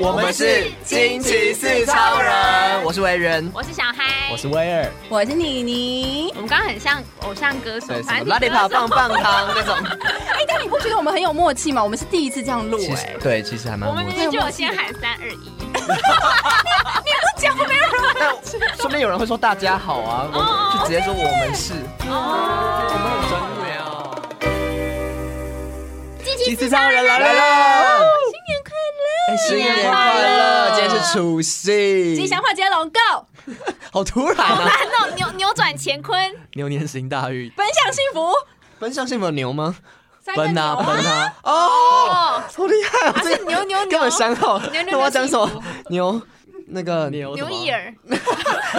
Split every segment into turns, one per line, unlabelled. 我
们是惊奇四超人，我是维人，
我是小嗨，
我是威尔，
我是妮妮
我。们刚刚很像偶像歌手
对，，什
反
么
正
拉
你
力
歌
跑
手
棒棒糖那种，
哎、但你不觉得我们很有默契吗？我们是第一次这样录
其
哎、
实 对，其实还蛮
我们
默
明
契
明就有先喊三二一，
但哎说不定有人会说大家好啊，我们就直接说我们是，我
哦
们很专业啊。
惊奇
四超人来
来
啊
了，新
新
年
年
快
快
乐！
乐
今天是除夕，
吉祥话接龙 Go，
好突 然啊！
那种扭扭转乾坤，
牛年行大运，
奔向幸福。
奔向幸福有牛吗？
三个
奔啊
牛啊
奔啊！
哦，好厉害啊！这
是牛牛牛
根本想好，
牛牛
那我要讲什
幸
么？牛那个牛
牛一耳，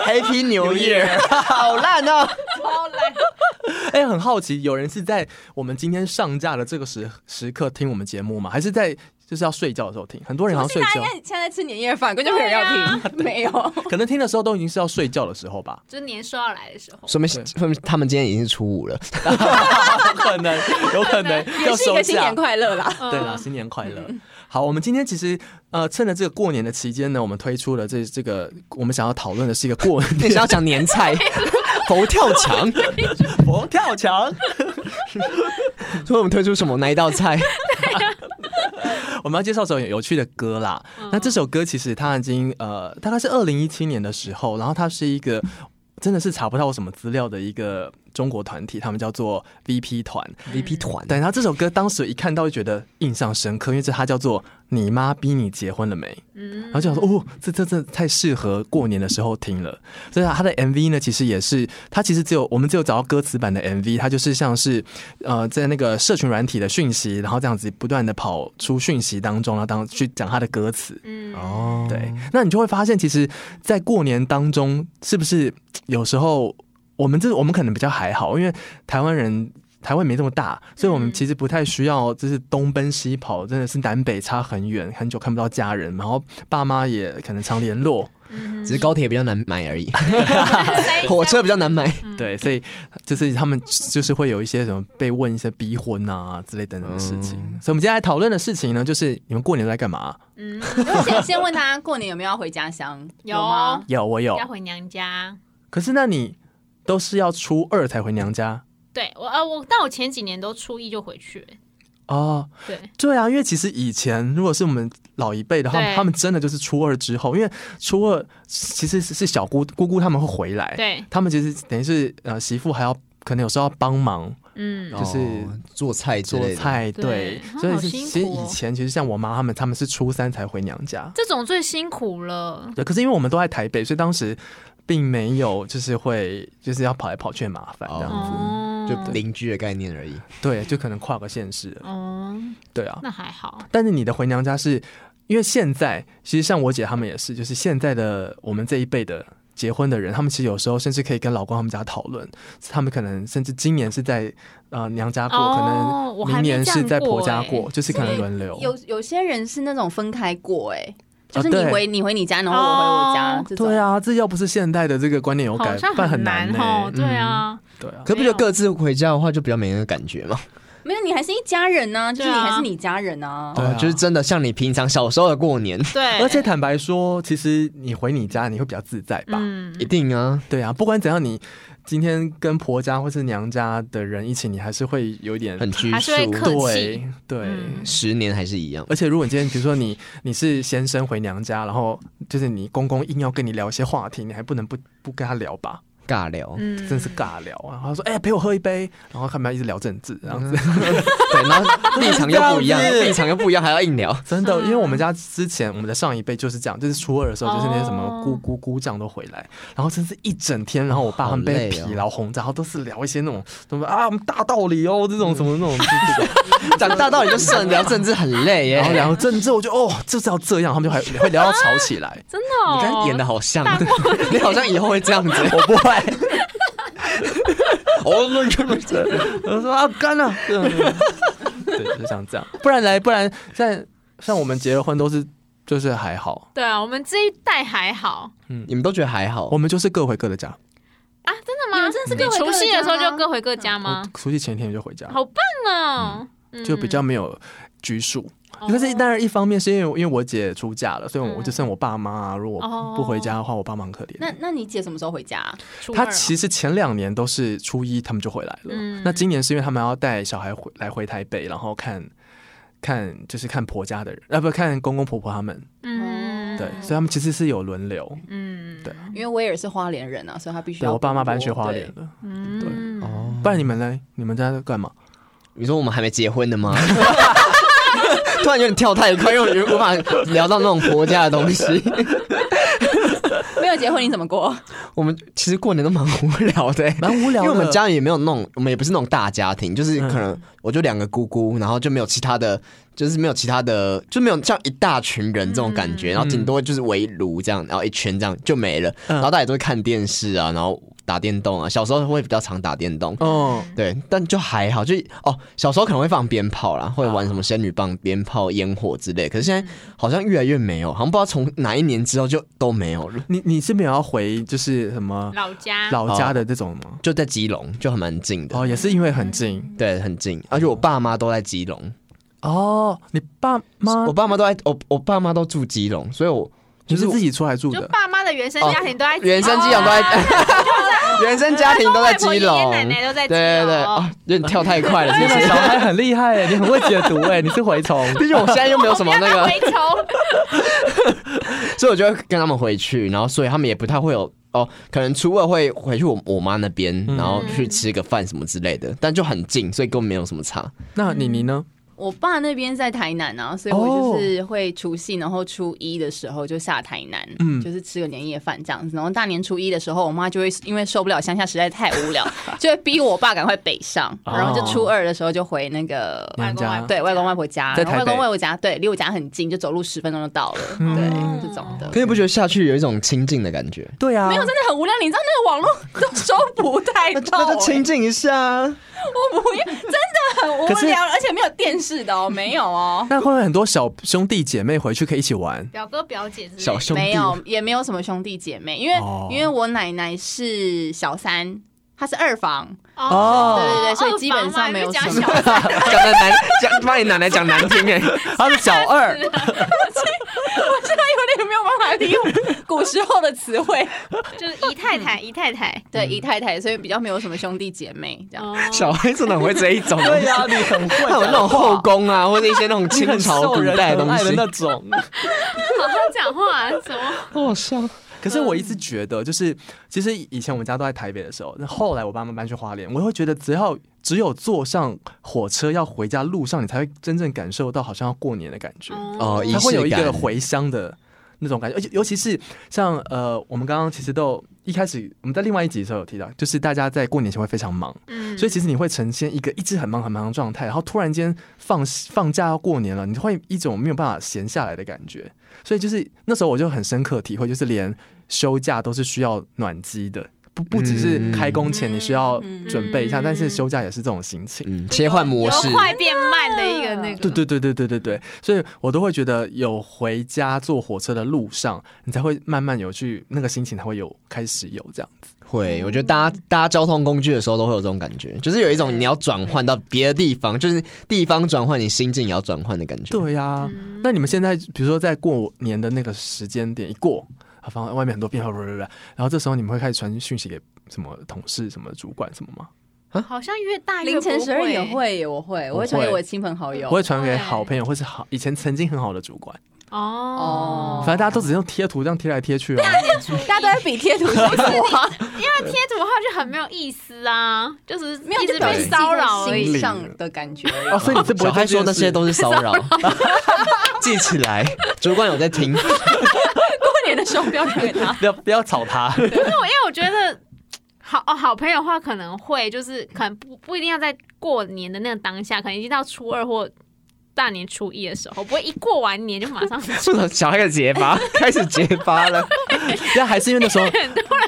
Happy New Year，好烂哦！
超烂，？
哎，很好奇，有人是在我们今天上架的这个时时刻听我们节目吗？还是在就是要睡觉的时候听？很多人好像
是
哦睡
大家应
觉啊
该，现在在吃年夜饭，根本就没有要听，没有。
可能听的时候都已经是要睡觉的时候吧
就是年兽要来的时候，
说明说明他们今天已经是初五了，
有可能，有可能要
也是一
收
个新
假
年。快乐 嗯啦！
对啦，新年快乐！好，我们今天其实呃，趁着这个过年的期间呢，我们推出了这这个我们想要讨论的是一个过
你是要讲年 菜，佛跳墙，
佛跳墙。
所以我们推出什么哪一道菜？
嗯
我们要介绍首有趣的歌啦。那这首歌其实它已经呃，大概是二零一七年的时候，然后它是一个真的是查不到什么资料的一个中国团体，他们叫做 VP 团。
VP 团
对，然后这首歌当时一看到就觉得印象深刻，因为这它叫做《你妈逼你结婚了没》，
嗯
然后就想说哦，这这这太适合过年的时候听了。所以它的 MV 呢，其实也是它其实只有我们只有找到歌词版的 MV，它就是像是呃在那个社群软体的讯息，然后这样子不断的跑出讯息当中，然后当去讲它的歌词。
嗯，
哦，
对，那你就会发现，其实，在过年当中，是不是有时候我们这我们可能比较还好，因为台湾人台湾没这么大，所以我们
嗯
其实不太需要就是东奔西跑，真的是南北差很远，很久看不到家人，然后爸妈也可能常联络，
只是高铁比较难买而已，
塞
火车比较难买。
嗯
对，所以就是他们就是会有一些什么被问一些逼婚啊之类等等的事情。所以我们今天来讨论的事情呢，就是你们过年都在干嘛？
嗯，
先先问他过年有没有要回家乡？
有
吗？
有我有
要，回娘家。
可是那你都是要初二才回娘家
对我呃我，但我前几年都初一就回去了，
哦。
对，
对啊，因为其实以前如果是我们老一辈的话，
对
他们真的就是初二之后，因为初二其实是小姑姑姑他们会回来，
对，
他们其实等于是呃媳妇还要可能有时候要帮忙
嗯，
就是
哦做菜之
做
类的，
菜，
对
对，
他
所
们
以
好
是
辛
其实
苦哦
以前其实像我妈他们，他们是初三才回娘家，
这种最辛苦了，
对，可是因为我们都在台北，所以当时并没有就是会就是要跑来跑去很麻烦这样子，
哦，
就邻居的概念而已。
啊
对，就可能跨个县市，
哦，
对啊，
那还好，
但是你的回娘家是因为现在，其实像我姐他们也是，就是现在的我们这一辈的结婚的人，他们其实有时候甚至可以跟老公他们家讨论，他们可能甚至今年是在呃娘家过，
哦我
可
还
能明
没
年
这
是
样
在婆
过
家
欸
过，就是可能轮流。
有有些人是那种分开过，哎，就
啊
是你
对
回你回你家，然后我回我家
哦，
这种
对，啊，这要不是现代的这个观念有
好
改，
像
不然很
难
呢、嗯
哦，对啊，
对啊，
可不觉得各自回家的话就比较没那个感觉吗？
没有你还是一家人呢，就是你
对啊
还是你家人啊。
对啊
哦就是真的像你平常小时候的过年，
对，
而且坦白说，其实你回你家你会比较自在吧？
嗯
一，定啊，
对啊，不管怎样，你今天跟婆家或是娘家的人一起，你还是会有一点
很拘
还是会
束。
啊客
对
气
对。
嗯
十年还是一样，
而且，如果你今天比如说你你是先生回娘家，然后就是你公公硬要跟你聊一些话题，你还不能不不跟他聊吧？
尬聊。
嗯
真是尬聊啊！然后他说：“哎、陪我喝一杯。”然后他哎们要一直聊政治，这样子。
对，然后
嗯
立场又不 一样，立场又不一样，还要硬聊。
真的，因为我们家之前我们的上一辈就是这样，就是初二的时候，就是那些什
哦
么姑姑姑丈都回来，然后真是一整天，然后我爸他们
好
被
累哦
疲劳轰炸，然后都是聊一些那种什么啊我们大道理哦，这种什么那种就是这 种。
长大到你就算聊政治很累耶，
然后聊政治，我就哦就是要这样，他们就还 会聊到吵起来。
真的
你
哦，
刚刚演的好像， 你好像以后会这样子。
我不 会。
哦，论这么着，
我说啊，干了、 对，就像这样，不然来，不然像像我们结了婚都是就是还好，
对啊，我们这一代还好
你们都觉得还好
我？们就是各回各的家。
啊，真的
你
吗？
们真的是各
你
回各
除
的
夕的时候
家吗
就各回各家
我
吗？
除夕前一天就回家，
好棒哦，嗯哦
就比较没有拘束。但是当然一方面是因为我因为我姐出嫁了，所以我就剩我爸妈啊。
嗯
如果
嗯哦
我不回家的话，我爸妈很可怜。
那那你姐什么时候回家啊？
初
他
二啊
其实前两年都是初一他们就回来了，
嗯
那今年是因为他们要带小孩回来回台北，然后看看就是看婆家的人，啊不看公公婆婆他们，
嗯
对，所以他们其实是有轮流。
嗯
对
因为威尔是花莲人啊，所以他必须
对
要
我爸妈
工作
搬去花莲。了，
嗯
哦，
不然你们呢？你们家在干嘛？
你说我们还没结婚的 吗？突然有点跳太快，因为我觉得无法聊到那种婆家的东西。
对没有结婚你怎么过？
我们其实过年都蛮无聊的、欸
蛮无
因
聊嗯的。
为我们家里也没有那种，我们也不是那种大家庭，就是可能我就两个姑姑，然后就没有其他的，就是没有其他的，就没有像一大群人这种感觉，然后顶多就是围炉这样，然后一圈这样就没了，
嗯
然后大家也都会看电视啊，然后打电动啊，小时候会比较常打电动。
哦，
对，但就还好，就哦，小时候可能会放鞭炮啦，会玩什么仙女棒、鞭炮、烟火之类。可是现在好像越来越没有，好像不知道从哪一年之后就都没有了。
你你是没有要回就是什么
老
啊
家
老家的这种吗？
就在基隆，就还蛮近的，
哦，也是因为很近
对，很近。而且我爸妈都在基隆，
哦。你爸妈
我爸妈都在，我我爸妈都住基隆，所以我
就
就是是
自己出来住
就
的，
爸妈的原生家庭都在
哦原生基隆都
哦啊
在，原生家庭都在基
外
隆
婆爷爷奶奶都在
对
基
对
隆
对，啊，有点跳太快了，是
天
不
哪，小
是？
孩很 厉害哎，你很会解读哎，你是 蛔虫。
毕竟我现在又没
哦
有什么那个
我不要，当蛔 虫
所以我就会跟他们回去，然后所以他们也不太会有哦，可能初二会回去我我妈那边，然后去吃个饭什么之类的，但就很近，所以根本没有什么差。
那你你呢？
我爸那边在台南啊，所以我就是会除夕，然后初一的时候就下台南，
嗯
就是吃个年夜饭这样子。然后大年初一的时候，我妈就会因为受不了乡下实在太无聊，就会逼我爸赶快北上，
哦
然后就初二的时候就回那个。呃
娘
外公
家
外。
对外公外婆家，
在
然
台
后
北
外公外婆家对离我家很近，就走路十分钟就到了。对，这种的
可你不觉得下去有一种亲近的感觉？
对啊，
没有真的很无聊。你知道那个网络都收不太到、
那就
欸
亲近一下啊。
我不要，真的很无
可是
聊，而且没有电视的哦，没有哦。
那会不会很多小兄弟姐妹回去可以一起玩？
表哥表姐之类的
小兄弟
没有，也没有什么兄弟姐妹，因为、
哦
因为我奶奶是小三，她是二房，
哦
对对对所以基本上没有
二房嘛
什么
就讲小三
讲的难，讲帮你奶奶讲难听哎、
他是小 二，
我现在有点没有办法理解古时候的词汇，
就是姨太太姨太太
对姨太太，所以比较没有什么兄弟姐妹这样。
哦
小孩真的很 会这啊一种，对呀、
你很会 啊
还有那种后宫 啊，或者一些那种清
很
朝
受
古
人
代的
疼
东
爱的
西
那，种。
好好讲话怎么
好笑。
可是我一
嗯
直觉得，就是其实以前我们家都在台北的时候，那后来我爸妈搬去花莲，我会觉得只要只有坐上火车要回家路上，你才会真正感受到好像要过年的感觉，
哦仪
它会有一
式
个
感
回乡的那种感觉，而且尤其是像呃，我们刚刚其实都有一开始我们在另外一集的时候有提到，就是大家在过年前会非常忙，
嗯
所以其实你会呈现一个一直很忙很忙的状态，然后突然间放放假要过年了，你会一种没有办法闲下来的感觉。所以就是那时候我就很深刻体会，就是连休假都是需要暖机的，不不只是开工前你需要准备一下，
嗯
但是休假也是这种心情。
嗯，切换模式
由，快变慢的一个那个
对对对对对对对，所以我都会觉得有回家坐火车的路上，你才会慢慢有去那个心情才会有开始有这样。
会，我觉得搭搭交通工具的时候都会有这种感觉，就是有一种你要转换到别的地方，就是地方转换，你心境也要转换的感觉。，
对呀、
啊
嗯
那你们现在比如说在过年的那个时间点一过，啊，反正外面很多变化，不不不，然后这时候你们会开始传讯息给什么同事、什么主管什么吗？
啊
好像越大越
凌晨
不
十二点会耶，我会，我会传给我的亲朋好友
我。会传给好朋友或是好以前曾经很好的主管，
哦，
反正大家都只是用贴图这样贴来贴 去啊。
大家都在比贴图，
因为贴图的话就很没有意思啊，就是
没有
一
就
直
表
被
示
骚扰而
心
已。
上的感觉而已。
哦，所以你是不会
小孩说那些
做
都是骚 扰，记起来。主管有在听，
过年的时候不要传给他。
这件事，不要不要吵他。
因为我因为我觉得好哦，好朋友的话可能会就是可能不不一定要在过年的那个当下，可能已经到初二或大年初一的时候，不会一过完年就马上。
是的，小孩的结 巴开始结巴了。
但还是因为 那时候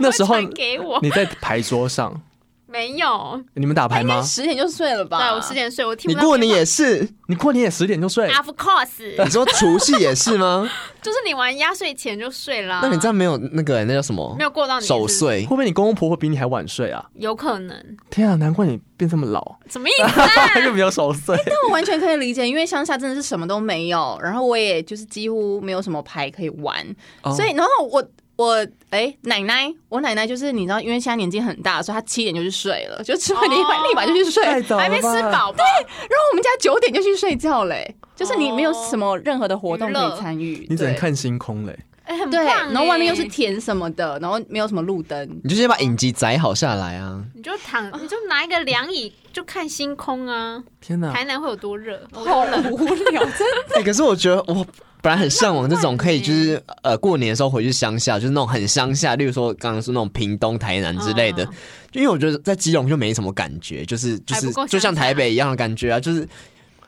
那时候
传给我
你在牌桌上，
没有，
你们打牌
哎
吗？
哎十点就睡了吧？
对我十点睡，我听
你
不到。
过年也是，
啊
你过年也十点就睡，
？Of course，
你说除夕也是吗？
就是你玩压岁钱就睡啦。
啊
那你这样没有那个、那叫什么
没？有过到你
守
是不是，
岁
会？不会你公公婆婆比你还晚睡啊？
有可能
天啊，难怪你变这么老，
什么意 思啊？
又没有守岁。
我完全可以理解，因为乡下真的是什么都没有，然后我也就是几乎没有什么牌可以玩，
哦
所以然后我我哎、奶奶，我奶奶就是你知道，因为现在年纪很大，所以她七点就去睡了，就吃完一碗、
哦
立马就去睡，
太
然
哎早了吧
还没吃饱吧？
后我们家九点就去睡觉嘞、就是你
哦
没有什么任何的活动
娱
可
乐
以参与，
哦你只能
对
看星空嘞。
哎，很棒
对，
欸。
然后外面又是田什么的，然后没有什么路灯，
你就先把影集载好下来啊！
你就躺，你就拿一个凉椅就看星空啊。
天哪，
台南会有多热？
好无聊，真的。
哎、可是我觉得 我本来很向往这种可以，就是呃，过年的时候回去乡下，就是那种很乡下，例如说刚刚说那种屏东、台南之类的。
嗯
就因为我觉得在基隆就没什么感觉，就是就
还
是
不够
就像
乡下
台北一样的感觉啊，就是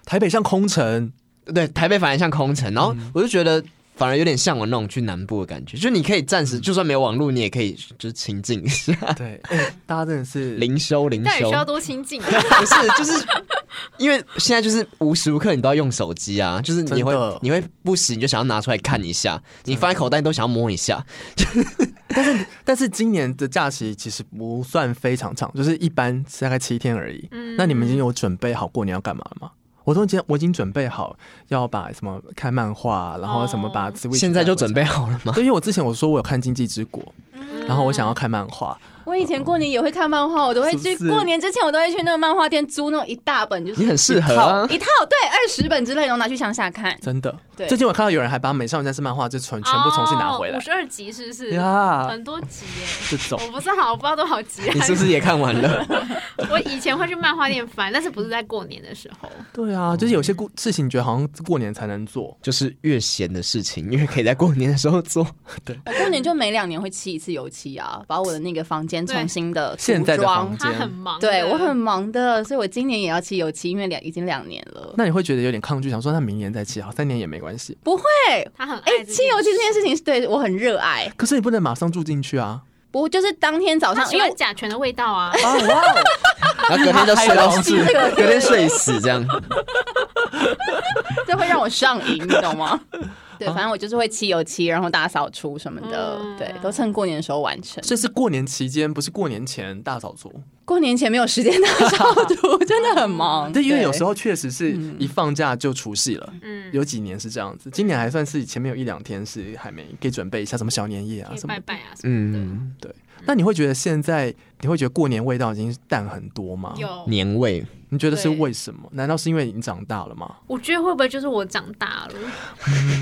台北像空 城，
对台北反而像空城，然后我就觉得。反而有点向往那种去南部的感觉，就你可以暂时，就算没有网络，你也可以就是清静一下，
对，哎大家真的是
灵修灵
到底
修
需。要多亲近啊？
不是，就是因为现在就是无时无刻你都要用手机啊，就是你会
真的
你会不时你就想要拿出来看一下，你放在口袋都想要摸一下。
但是今年的假期其实不算非常长，就是一般大概七天而已。
嗯
那你们已经有准备好过年要干嘛了吗？我都已经我已经准备好要把什么看漫画，然后什么
哦
把 Switch
现在就准
备。
备好了吗？
对，因为我之前我说我有看《经济之国》，
嗯
然后我想要看漫画，
我以前过年也会看漫画，我都会去
是不是
过年之前我都会去那个漫画店租那种一大本，就是
你很适合啊，
一套对二十本之类，然后拿去乡下看。
真的。
对
最近我看到有人还把《美少女战士》漫画就全全部重新拿回来
哦五，十二集是不是？
呀
很哦多集耶，
这种
我不是好，我不知道多少集啊
你。是 不是也看完了？
我以前会去漫画店翻，但是不是在过年的时候。
对啊，就是有些故事情，你觉得好像过年才能做，
就是越闲的事情，因为可以在过年的时候 做。
我过年就每两年会漆一次油漆啊，把我的那个房间重新的涂
现在的
装
房间
他很忙的，
对我很忙的，所以我今年也要漆油漆，因为两已经两年了。
那你会觉得有点抗拒，想说那明年再起，好，三年也没关系。
不会，
他很
哎、
爱
漆油漆这件事情是对我很热爱。
可是你不能马上住进去啊！
不过就是当天早
他
上，
喜
啊因为
欢甲醛的味道啊。
啊哇 哦，
然后隔天就睡到死
太老，了
隔天睡死这样。
我这会让我上瘾，你懂 吗？
啊
对，反正我就是会漆油漆，然后大扫除什么的，
嗯
对，都趁过年的时候完成。
这是过年期间，不是过年前大扫除。
嗯
过年前没有时间大 扫除，真的很忙。
对，因为有时
候
候确实是一放假就除夕了，
嗯，
有几年是这样子。今年还算是前面有一两天是还没可以准备一下什么小年夜啊
可以
什么
拜
的。
拜啊什么
嗯，
那你会觉得现在你会觉得过年味道已经淡很多吗
的。？有，
嗯年味，
你觉得是
对
为什么？难道是因为你长大了吗？
我觉得会不会就是我长大了？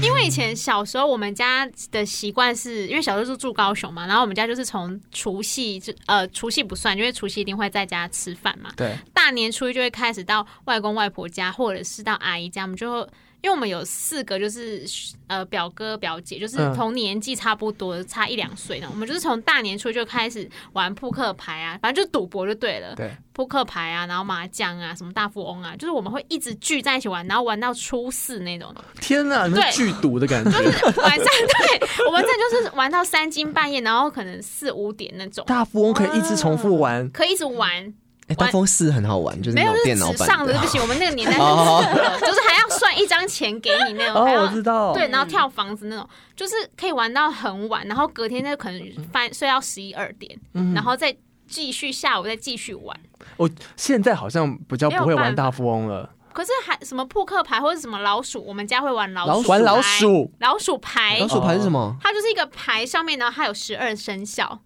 因为以前小时候我们家的习惯是，因为小时候是住高雄嘛，然后我们家就是从除夕就呃除夕不算，因为除夕一定会在家吃饭嘛，
对，
大年初一就会开始到外公外婆家，或者是到阿姨家，我们就会。因为我们有四个，就是呃表哥表姐，就是
嗯
同年纪差不多，差一两岁的。我们就是从大年初一就开始玩扑克牌啊，反正就赌博就对了。
对，
扑克牌啊，然后麻将啊，什么大富翁啊，就是我们会一直聚在一起玩，然后玩到初四那种。
天哪，你是
对
剧毒的感觉。
晚上对，我们这就是玩到三更半夜，然后可能四五点那种，
大富翁可以一直重复玩，
可以一直玩，
哎，大风四很好玩，就是
没
那
有
种
就是
电脑
纸
版
上的对
的
不。起，我们那个年代 是纸
哦
的， 就是还要算一张钱给你那种，嗯还
哦，
要
我知道，
对，然后跳房子那种，就是可以玩到很晚，然后隔天再可能翻睡到十一二点，
嗯
然后再继续下午再继续玩。
我现在好像比较不会
没有
玩
办法
大富翁了。
可是还什么扑克牌或者什么老鼠，我们家会玩老
老
鼠
鼠
牌
玩老鼠，
老鼠牌
老，鼠牌是什么？
它就是一个牌上面，然后它有十二生肖，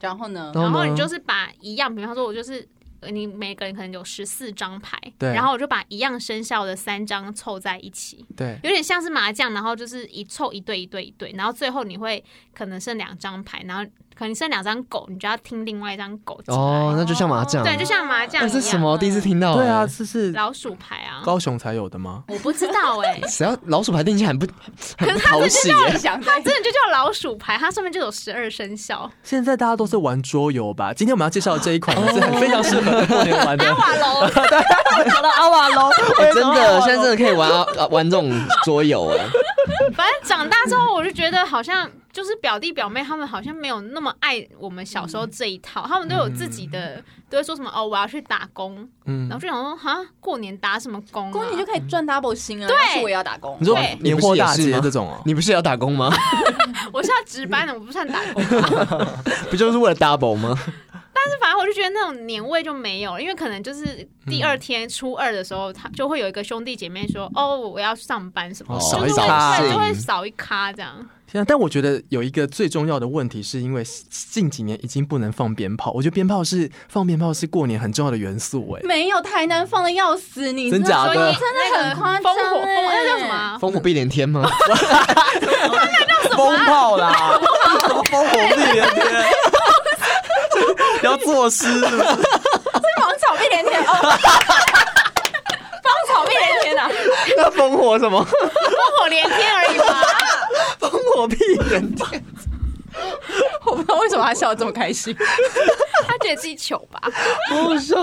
然后
然
呢？
后
然
呢
后你就是把一样，比方说我就是。呃你每个人可能有十四张牌，
对
然后我就把一样生肖的三张凑在一起，
对，
有点像是麻将，然后就是一凑一对一对一对，然后最后你会可能剩两张牌，然后可能剩两张狗，你就要听另外一张狗进来
哦，那就像麻将。
对，就像麻将
那
一
是
样。
什么？我第一次听到。
对啊，
哎，
这是
老鼠牌啊，
高雄才有的吗？
我不知道 哎、
谁要老鼠牌定价很不很不讨喜耶？
想
它真的就叫老鼠牌，它上面就有十二生肖。
现在大家都是玩桌游吧？今天我们要介绍的这一款呢是很非常适合在过年玩的。
瓦 龙，
到了阿瓦隆，
呃哎真的，现在真的可以玩啊啊玩这种桌游哎。
反正长大之后我就觉得好像就是表弟表妹他们好像没有那么爱我们小时候这一套，他们都有自己
嗯
的，都会说什么哦，我要去打工，
嗯
然后，就想说哈，过年打什么工、啊？
过年就可以赚 double 薪啊！
对
要是我也要打工。
你说
对
年货大
你不是也
街
是吗
这种哦，
你不是要打工 吗？
我是要值班的，我不算打工。啊
不就是为了 double 吗？
但是反正我就觉得那种年味就没有了，因为可能就是第
嗯
二天初二的时候，他就会有一个兄弟姐妹说哦，我要上班什么
哦
的，就
少
是
一
会
咖
对就会少一咖这样。
现在，但我觉得有一个最重要的问题，是因为近几年已经不能放鞭炮。我觉得鞭炮是放鞭炮是过年很重要的元素、哎，
没有台南放的要死，你
真假
知道
的
所以
真的很夸张
那个烽火烽
哎
那叫什么啊？
烨火必连天吗？
风炮啦，
怎么烽火不连天？要作诗是不是？
芳草碧连天哦， 芳草碧连天啊！
那烽火什么？
烽火连天而已嘛。
烽火必连天。
我不知道为什么他笑得这么开心，
他觉得自己糗吧？
我笑，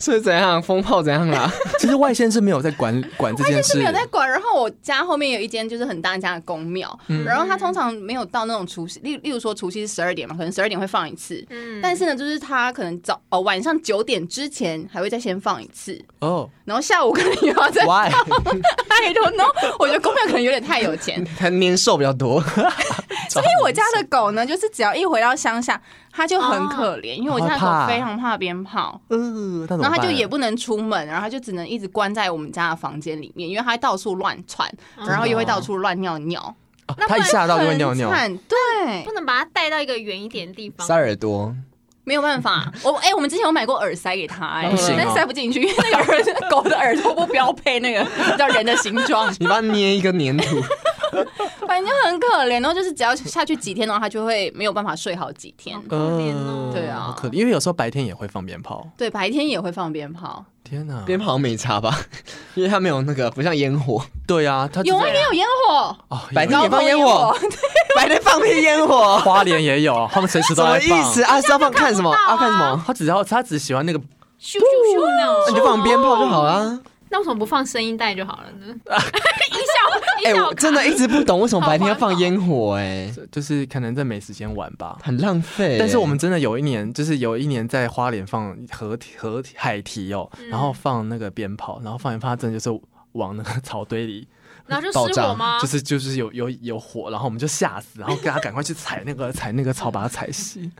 所以怎样？风炮怎样啦？
其实外县是没有在管管这件
是
事
没有，在管。然后我家后面有一间就是很大家的公庙，然后他通常没有到那种除夕，例例如说除夕是十二点嘛，可能十二点会放一次。
嗯，
但是呢，就是他可能早哦晚上九点之前还会再先放一次，
哦。
然后下午可能又要再
Why？
I don't know，我觉得公庙可能有点太有钱，
他年兽比较多，
所以我家的狗呢，就是只要一回到乡下，它就
哦
很可怜，因为我家的狗非常怕鞭炮，
呃，啊那怎么
然后它就
办
也不能出门，然后它就只能一直关在我们家的房间里面，因为它会到处乱窜，然后又会到处乱尿尿，
啊
哦那不
他
然
一吓到就会尿
很
尿。
惨对
不，能把它带到一个远一点的地方
塞。耳朵。
没有办法，我哎、我们之前有买过耳塞给它、哎
不行哦
但塞不进去，因为那个耳狗的耳朵不标配那个叫人的形状，
你帮他捏一个粘土，
反正就很可怜。然后就是只要下去几天的话，它就会没有办法睡好几
哦
天。
哦
呃，
对啊
好可怜，因为有时候白天也会放鞭炮。
对，白天也会放鞭炮，
天哪，
鞭炮好像没差吧？因为它没有那个，不像烟火。
对啊，他
有啊，也有烟火。
哦，
白天
有
也放烟火，
哦
白天放屁烟火，
花莲也有，他们随时
什
都
么
在
意
放。
思啊？是要放看什么
看不到啊
啊？看什么？
他只要他只喜欢那个
咻咻咻那种哦
那你就放鞭炮就好啦。
那为什么不放声音带就好了 呢？一笑
哎，
一笑
我真的一直不懂为什么白天要
好
放
环保
烟火，哎，
就是可能在没时间玩吧。
很浪费。
但是我们真的有一年，就是有一年在花莲放河河海堤哦，
嗯
然后放那个鞭炮，然后放一炮，它真的就是往那个草堆里，
然后
爆
就失
炸
火吗？
就是就是有有有火，然后我们就吓死，然后给他赶快去踩那个踩那个草，把它踩熄。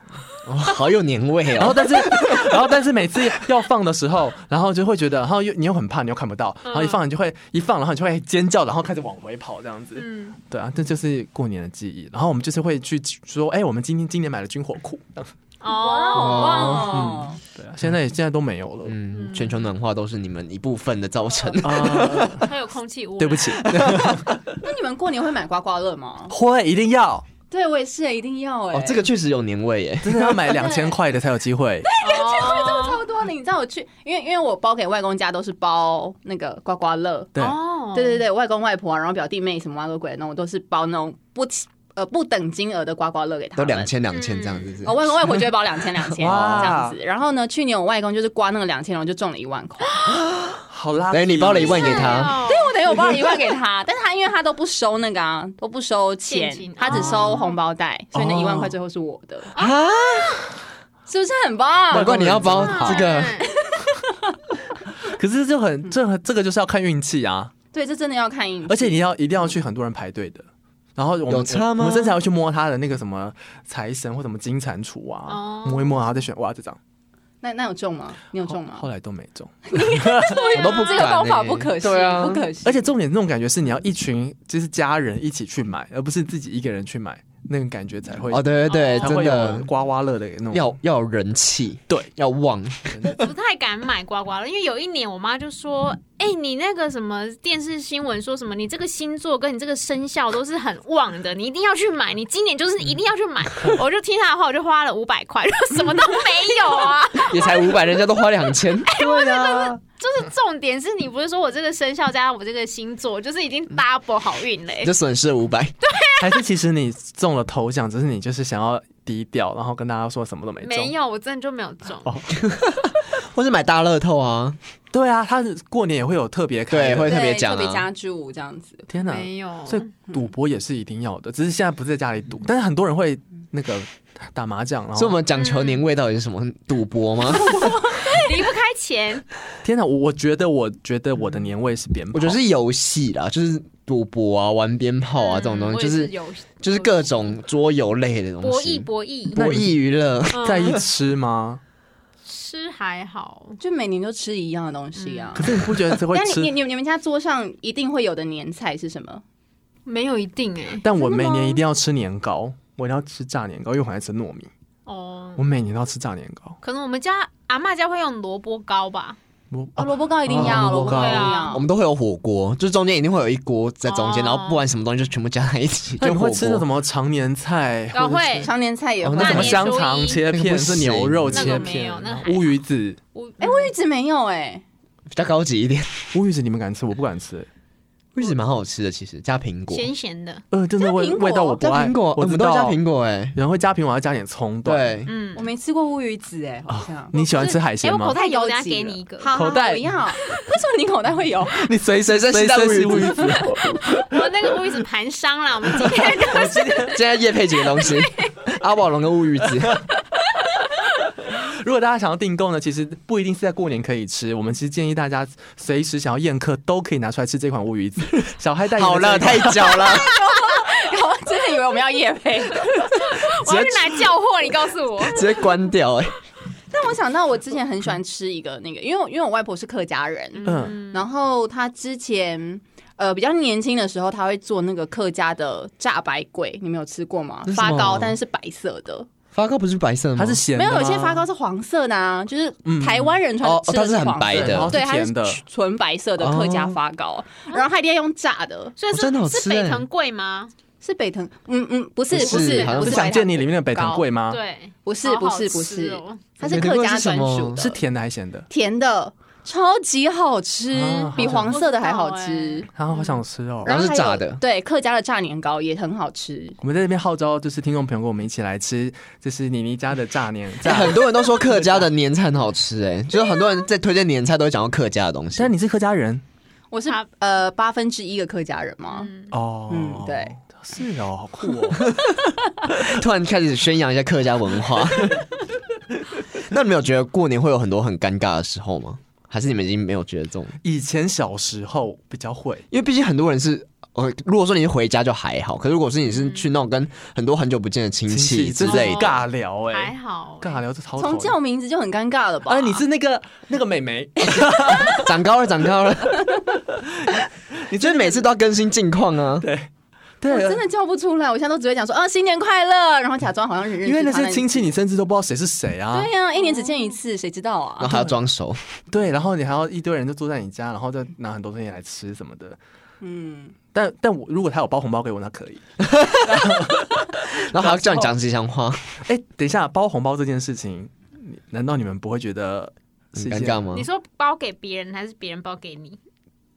哦好有年 味
然后
哦。
但是 然后但是每次要放的时候，然后就会觉得，然后又你又很怕，你又看不到，
嗯
然后一放你就会一放，然后你就会尖叫，然后开始往回跑这样子。
嗯，
对啊，这就是过年的记忆。然后我们就是会去说，哎，我们今天今年买了军火库，
哦，
哦，
对啊，现在现在都没有了。
嗯，全球暖化都是你们一部分的造成。
啊，
哦
还有空气污染。哦
对 不起，
那你们过年会买刮刮乐吗？
会一定要，
对，我也是，一定要哎、
哦，这个确实有年味耶。
真的要买两千块的才有机会。
这超多的。你知道我去，因为因为我包给外公家都是包那个刮刮乐，
对，
哦，
对对对，外公外婆啊，然后表弟妹什么啊都鬼，那我都是包那种不呃不等金额的刮刮乐给他
都
们。
两千两千这样子是
哦，外公外婆就会包两千两千
哇
这样子，然后呢，去年我外公就是刮那个两千，然后就中了一万块。
好啦，
等于你包了一万给他，
哦，
对，我等于我包了一万给他，但是他因为他都不收那个啊，都不收
现金
钱，他只收红包袋，所以那一万块最后是我的，
啊，
是不是很棒？
难怪你要包
外公人真好
这个。
可是就很这很这个就是要看运气啊，
对，这真的要看运气。
而且你要一定要去很多人排队的。然后我
有
们
差吗
我们甚至还要去摸他的那个什么财神或什么金蟾蜍啊
哦，
摸一摸，然后再选哇这张，
那那有中吗？你有中
啊
吗？
后来都没中。
我都不
这个
敢
方法
欸
不可行，
对啊
不可行。
而且重点那种感觉是你要一群就是家人一起去买，而不是自己一个人去买，那种感觉才会
哦，对对对，
才
真
会有
的
刮刮乐的那种
要要有人气，
对，
要旺。
不太敢买刮刮乐，因为有一年我妈就说：“哎、你那个什么电视新闻说什么，你这个星座跟你这个生肖都是很旺的，你一定要去买，你今年就是一定要去买。我就听她的话，我就花了五百块，什么都没有啊。
也才五百，人家都花两千。
对啊，
就是重点是你不是说我这个生肖加上我这个星座，就是已经 double 好运嘞、
你就损失五百，
还是其实你中了头奖，只是
嗯
你就是想要低调，然后跟大家说什么都没中。
哦
没有，我真的就没有中。
哦
或是买大乐透啊，
对啊，他是过年也会有特别开
对，
的。
会特别
对
讲
特别
啊。
加剧舞这样子。
天哪，
没有，
所以赌博也是一定要的，只是现在不是在家里赌，但是很多人会那个打麻将，然后
所以我们讲求年味到底是什么？赌博吗？
离不开钱，
天哪，我我觉得我觉得我的年味是鞭炮，
我觉得是游戏啦，就是赌博啊、玩鞭炮啊这
嗯
种东西，
我
就
也
是
有
就是各种桌游类的东
博弈
西，
博弈，
博弈娱乐。
嗯
在意吃吗？
吃还好，
就每年都吃一样的东西啊
可。是你不觉得嗯这会
但你你
吃？
你你们家桌上一定会有的年菜是什么？
没有一定哎、
但我每年一定要吃年糕，我一定要吃炸年糕，因为我很爱吃糯米，
哦
我。每年都要吃炸年糕。
可能我们家阿嬷家会用萝卜糕吧，
我
哦，
啊
萝卜糕一定要，
哦
萝
萝
卜
卜
糕
糕
一定
我
要。啊
们都会有火锅，就中间一定会有一锅在中间，
哦
然后不管什么东西就全部加在一起，
那
就
你
火
会吃那什
锅。
么常年菜？
高
或者是
会
常年菜也
哦
会。
那什么
年
香肠切
那个
片
不行
是牛肉
那
切
个没
片
有那还，好
乌鱼子，
我
哎，乌鱼子没有哎，
比较高级一点，
乌鱼子你们敢吃？我不敢吃、欸
为什么蛮好吃的？其实加苹果，
咸咸的，
呃，真的味
加苹果
味道我不
加
爱。
苹果，我
我
们
知
都
道
加苹果哎，
然后会加苹果，要加点葱段。，
对，
嗯
我，没吃过乌鱼子哎，好像。
你喜欢吃海
哎，
鲜
我
吗？
口袋有，
高
等下
级
给
了
你一个。
好，好
哦口袋
我要。为什么你口袋会有？
你随身
嗯随身
随
携带
身是
乌
乌
鱼
鱼子。
我那个乌鱼子盘伤了，我们今天
我今天今天夜配几个东 西，阿宝龙跟乌鱼子，
如果大家想要订购呢，其实不一定是在过年可以吃，我们其实建议大家随时想要宴客都可以拿出来吃这款 乌鱼子。小嗨带
好了，太久了，
我真的以为我们要夜配。
我要去拿叫货，你告诉我。
直接关掉哎，
但我想到我之前很喜欢吃一个那个，因为我因为我外婆是客家人，
嗯
然后她之前呃比较年轻的时候，她会做那个客家的炸白桂，你们有吃过吗
那？是什么
发糕，但是是白色的，
发糕不是白色的吗？
它是咸
没
的吗，
有，有些发糕是黄色的啊，就是
嗯
台湾人穿
哦
吃
哦它
的
是很
黄色
白的
然后
对，它
甜
是
的，
纯白色的客家发糕，然后它一定要用炸的，
所以
我真的好
是
吃
是
欸
北藤贵吗？
是北藤，嗯嗯，不是
不是
不是
好像
不
是
是
想见你
白
里面的北藤贵吗？，
对，
不是
好
不
好
是不
吃
是，
哦
它是客家专属的，
是甜的还是咸的？
甜的，超级好吃，
啊
比
好
黄色的还好
我知
吃。
然后好想吃哦。
然后是
还有
炸的
对，客家的炸年糕也很好吃。
我们在这边号召，就是听众朋友跟我们一起来吃，这是妮妮家的 炸年
但
炸。
哎很多人都说客家的年菜很好吃、哎，就是很多人在推荐年菜都会讲到客家的东西。
但你是客家人
我是
好
呃八分之一个客家人嘛，
嗯，
哦，
嗯对，
是哦，好酷 哦。
突然开始宣扬一下客家文化， 那你们有觉得过年会有很多很尴尬的时候吗？还是你们已经没有觉得这种？
以前小时候比较会，
因为毕竟很多人是，呃，如果说你是回家就还好，可是如果是你是去那种跟很多很久不见的亲戚之
这
类
哦
的，
尬聊
还
哎，
好欸。
尬聊这超
从
头
叫名字就很尴尬了吧？
啊，你是那个那个 美眉，
长高了，长高了， 你就是每次都要更新近况啊。
对
我，真的叫不出来，我现在都只会讲说啊新年快乐，然后假装好像很认识
啊因为那
他
些亲戚，你甚至都不知道谁是谁啊。
对呀，一年只见一次，谁知道
然后
啊？
还要装熟，
对，然后你还要一堆人就坐在你家，然后再拿很多东西来吃什么的。
嗯，
但但我如果他有包红包给我，那可以。
然后还要叫你讲吉祥话，
哎，等一下，包红包这件事情，你难道你们不会觉得
很
是一
尴
件
尬？吗
你？说包给别人还是别人包给你？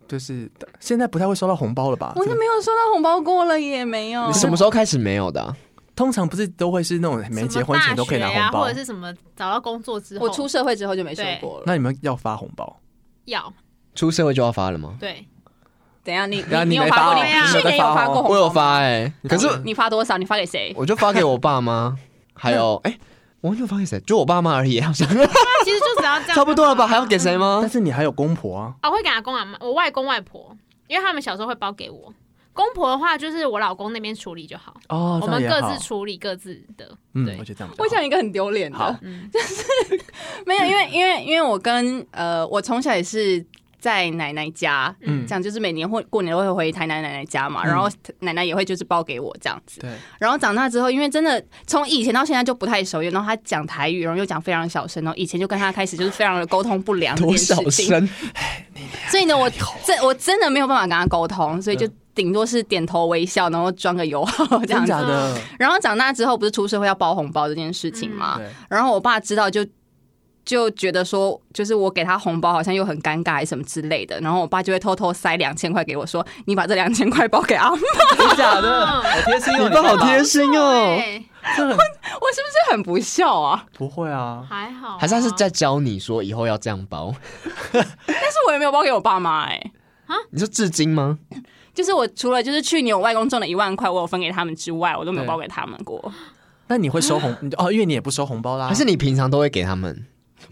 就是现在不太会收到红包了吧？
我
这
就没有收到红包过了，也没有
你。什么时候开始没有的啊、
通常不是都会是那种没结婚前都可以拿
什么
红
大学啊，
包
或者，是什么找到工作之后，
我出社会之后就没收过了。
那你们要发红包？
要
出社会就要发了吗？
对，
等一下你
然后
你有
没
发
发
过
哦
你没
年？去
在
年有发
哦
过红包？
我有。发哎、可是
你发多少？你发给谁？
我就发给我爸妈，还 有哎、我就发给谁？就我爸妈而已，好像
那其实就只要这样，
差不多了吧？还要给谁吗
啊
但？是你还有公婆啊，
啊，我会给阿公阿妈，我外公外婆，因为他们小时候会包给我。公婆的话，就是我老公那边处理就好，
哦，
我
这样
们
也
各
好
自处理各自的。
嗯，
对嗯
我觉得这样比较好。
我讲一个很丢脸
好
的，就是 没有，因为因为因为我跟呃，我从小也是在奶奶家，
嗯
这样就是每年或过年都会回台南奶奶家嘛，然后奶奶也会就是包给我这样 子。
对，
然后长大之后，因为真的从以前到现在就不太熟悉，然后他讲台语，然后又讲非常小声，然后以前就跟他开始就是非常的沟通不 良这
多
件事
小
情，
声？啊
所以呢，我这我真的没有办法跟他沟通，所以就顶多是点头微笑，然后装个友好这样
真
子。
假的？
然后长大之后，不是出社会要包红包这件事情
啊
嘛？
对，
然后我爸知道就就觉得说，就是我给他红包好像又很尴尬，还是什么之类的。然后我爸就会偷偷塞两千块给我说，你把这两千块包给阿妈。
真假的？
嗯
好贴心哦，
你爸好贴
心，
心哦、
对，
这很
我是不是很不孝啊？
不会啊，
还好啊，
还是他是在教你说以后要这样包？
但是我也没有包给我爸妈哎、
你说至今吗？
就是我除了就是去年我外公中了一万块，我有分给他们之外，我都没有
对
包给他们过，
那你会收红哦？因为你也不收红包啦。哦
还是你平常都会给他 们？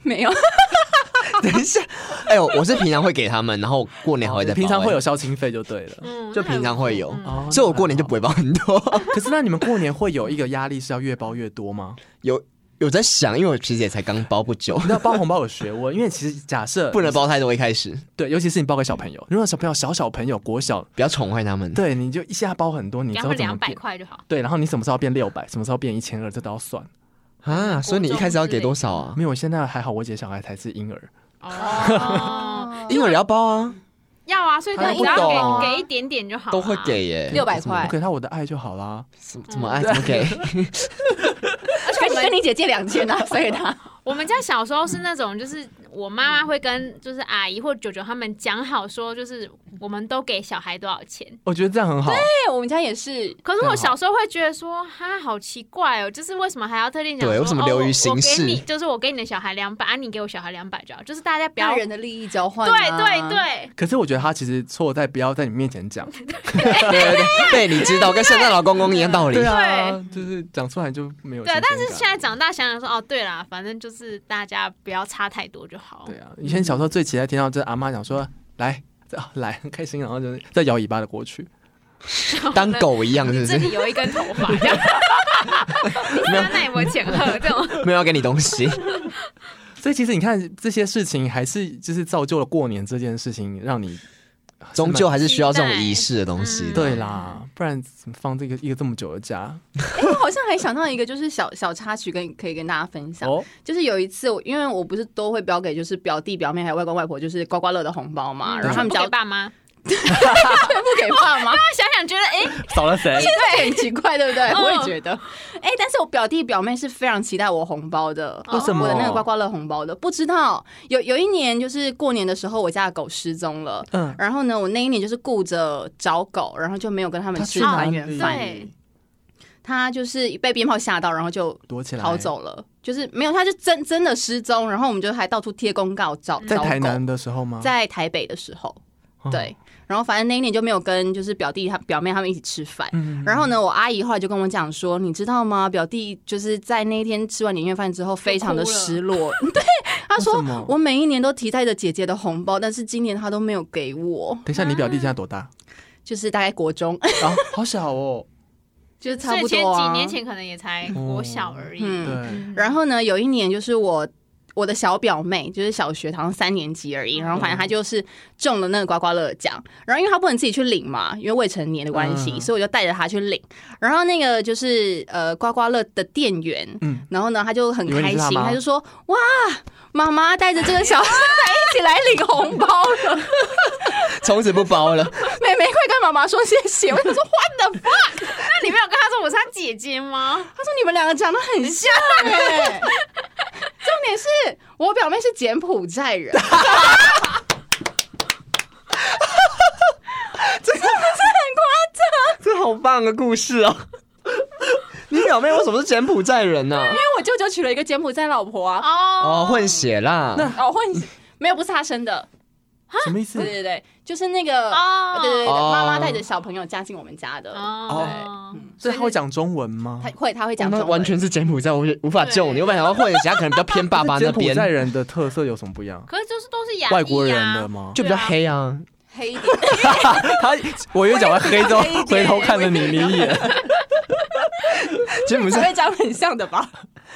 没有。
等一下，哎呦，我是平常会给他们，然后过年还会再包、
平常会有
哎，
孝亲费就对了。
嗯，
就
那还
平常
不错
会有
嗯
哦
所以我过年就不会包很多。
可是那你们过年会有一个压力是要越包越多吗？
有有在想，因为我其实也才刚包不久
你，知道包红包有学问，因为其实假设
不能包太多。一开始
对，尤其是你包给小朋友，如果小朋友小小朋友国小，
不要宠坏他们。
对，你就一下包很多，你
嗯给他
知道
们
怎么
两百
变？
块就好。
对，然后你什么时候变六百，什么时候变一千二，这都要算。
啊，所以你一开始要给多少啊？
没有，现在还好，我姐小孩才是婴儿，
哦，
婴儿也要包啊，
要啊，所以
他
你
不
只要
懂
给给一点点就好，啊
都会。给耶、
六百
我
哎
块，
给她我的爱就好啦。
怎么怎么爱怎么给？
而且跟你姐借两千啊，所以他
我们家小时候是那种，就是我妈妈会跟就是阿姨或舅舅他们讲好说，就是我们都给小孩多少钱。
我觉得这样很好，
对我们家也是，
可是我小时候会觉得说，哈，好奇怪哦，就是为什么还要特定讲说？
对为什么流于形式
哦我我给你就是我给你的小孩两百，啊，你给我小孩两百就好，就是大家不要
大人的利益交换、
对
啊
对。对，
可是我觉得她其实错在不要在你面前讲，
对对对，被你知道跟圣诞老公公一样道理
对。啊，就是讲出来就没有
对啊
新，
但
鲜
是
感
现在长大想想说，哦，对啦，反正就是大家不要差太多就好。
对啊，以前小时候最期待听到这阿妈讲说来。 啊来，很开心，然后就是再摇尾巴的过去，
当狗一样，是不
这
是？
里有一根头发，这样你拿奶我浅喝这种。
没有要给你东西，
所以其实你看这些事情，还是就是造就了过年这件事情，让你
终究还是需要这种仪式的东
期
西。
待
对啦，不然怎么放这个一个这么久的假？
我好像还想到一个，就是小小插曲跟可以跟大家分享，
哦，
就是有一次我，因为我不是都会包给就是表弟表妹还有外公外婆，就是刮刮乐的红包
嗯
嘛，然后他们
不
只要
给爸妈，啊
全部给爸妈，
那想想觉得，哎、
少了 谁？
对，很奇怪，对不对？
嗯
我也觉得。哎、但是我表弟表妹是非常期待我红包的，
为什么
我的那个刮刮乐红包的，不知道有有一年就是过年的时候，我家的狗失踪了。
嗯，
然后呢，我那一年就是顾着找狗，然后就没有跟他们
他
吃
去哪
团圆
里
饭。
对，
他就是被鞭炮吓到，然后就
躲起来，
逃，走了，就是没有，他就真真的失踪。然后我们就还到处贴公告找
在
找
台
狗
南的时候吗？
在台北的时候，
哦，
对。然后反正那一年就没有跟就是表弟他表妹他们一起吃饭。
嗯
然后呢，我阿姨后来就跟我讲说，你知道吗？表弟就是在那一天吃完年夜饭之后，非常的失 落。对，他
为
说
什么
我每一年都期待着姐姐的红包，但是今年她都没有给我，
等一下，你表弟现在多大？
就是大概国中，
啊，好小哦。
就是差
所以
不
前
多、啊、
几年。前可能也才国小而已。
嗯
对，
然后呢，有一年就是我。我的小表妹就是小学，好像三年级而已。然后反
嗯
正她就是中了那个刮刮乐奖，然后因为她不能自己去领嘛，因为未成年的关系，
嗯
所以我就带着她去领。然后那个就是呃刮刮乐的店员，
嗯
然后呢她就很
以为你
开
是她
心，
妈
她就说：“哇，妈妈带着这个 小孩一起来领红包了，
从此不包了。
妹妹快跟妈妈说谢谢。”我想说换的，
那你没有跟他说我是他姐姐吗？
她说你们两个长得很像哎、 重点是我表妹是柬埔寨人。
这好棒的故事哦！ 你表妹为什么是柬埔寨人啊呢、
因为我舅舅娶了一个柬埔寨老婆啊，
哦，
哦，混血啦。那
哦混血，没有不是他生的，
什么意 思
对？对对，就是那个
哦
对对对，对
哦
妈妈带着小朋友嫁进我们家的，
哦，
所以他会讲中文吗
他？会他会讲中
那
文
完全是柬埔寨，我也无法救你。我本来要混血，他可能比较偏爸爸
可是
那
柬 埔
边，
寨人的特色有什么不一样？
可是就是都是亚裔啊
外国人的？吗？
就比较黑啊。
黑一点，
他，我有讲完黑 之后
黑一点，
回头看了你你一眼。
柬埔
才
寨
会长很像的吧？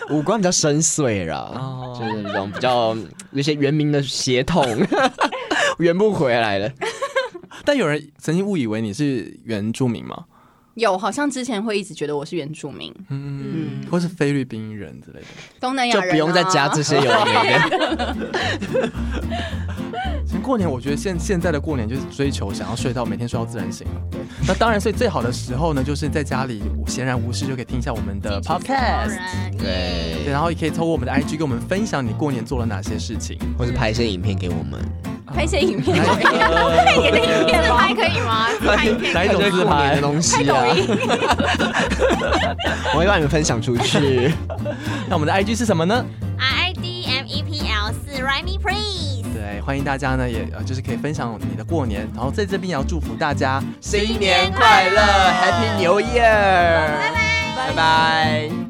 五官比较深邃啦，
哦
就是那种比较呃有些原名的血统， 圆不回来了。
但有人曾经误以为你是原住民吗？
有，好像之前会一直觉得我是原住民，
嗯
嗯，
或是菲律宾人之类的。
东南亚
就
人、啊，
不用再加这些有的没的。
其实过年，我觉得现现在的过年就是追求想要睡到每天睡到自然醒嘛。那当然，所以最好的时候呢，就是在家里闲然无事就可以听一下我们 的 podcast，对，
对，啊
然后也可以透过我们的 IG 跟我们分享你过年做了哪些事情。
或是拍一些影片给我们。
拍一些 影片，
呃
拍你的影片
自
哦吧
拍。可以啊吗？自拍影 片
哪一种自
拍的
拍？
东西啊？我会帮你们分享出去。
那我们的 IG 是什么呢？
，R I D M E P L 四 Ride Me Please。
对，欢迎大家呢，也呃就是可以分享你的过年，然后在这边也要祝福大家
新年快乐，Happy New Year！拜拜，拜拜。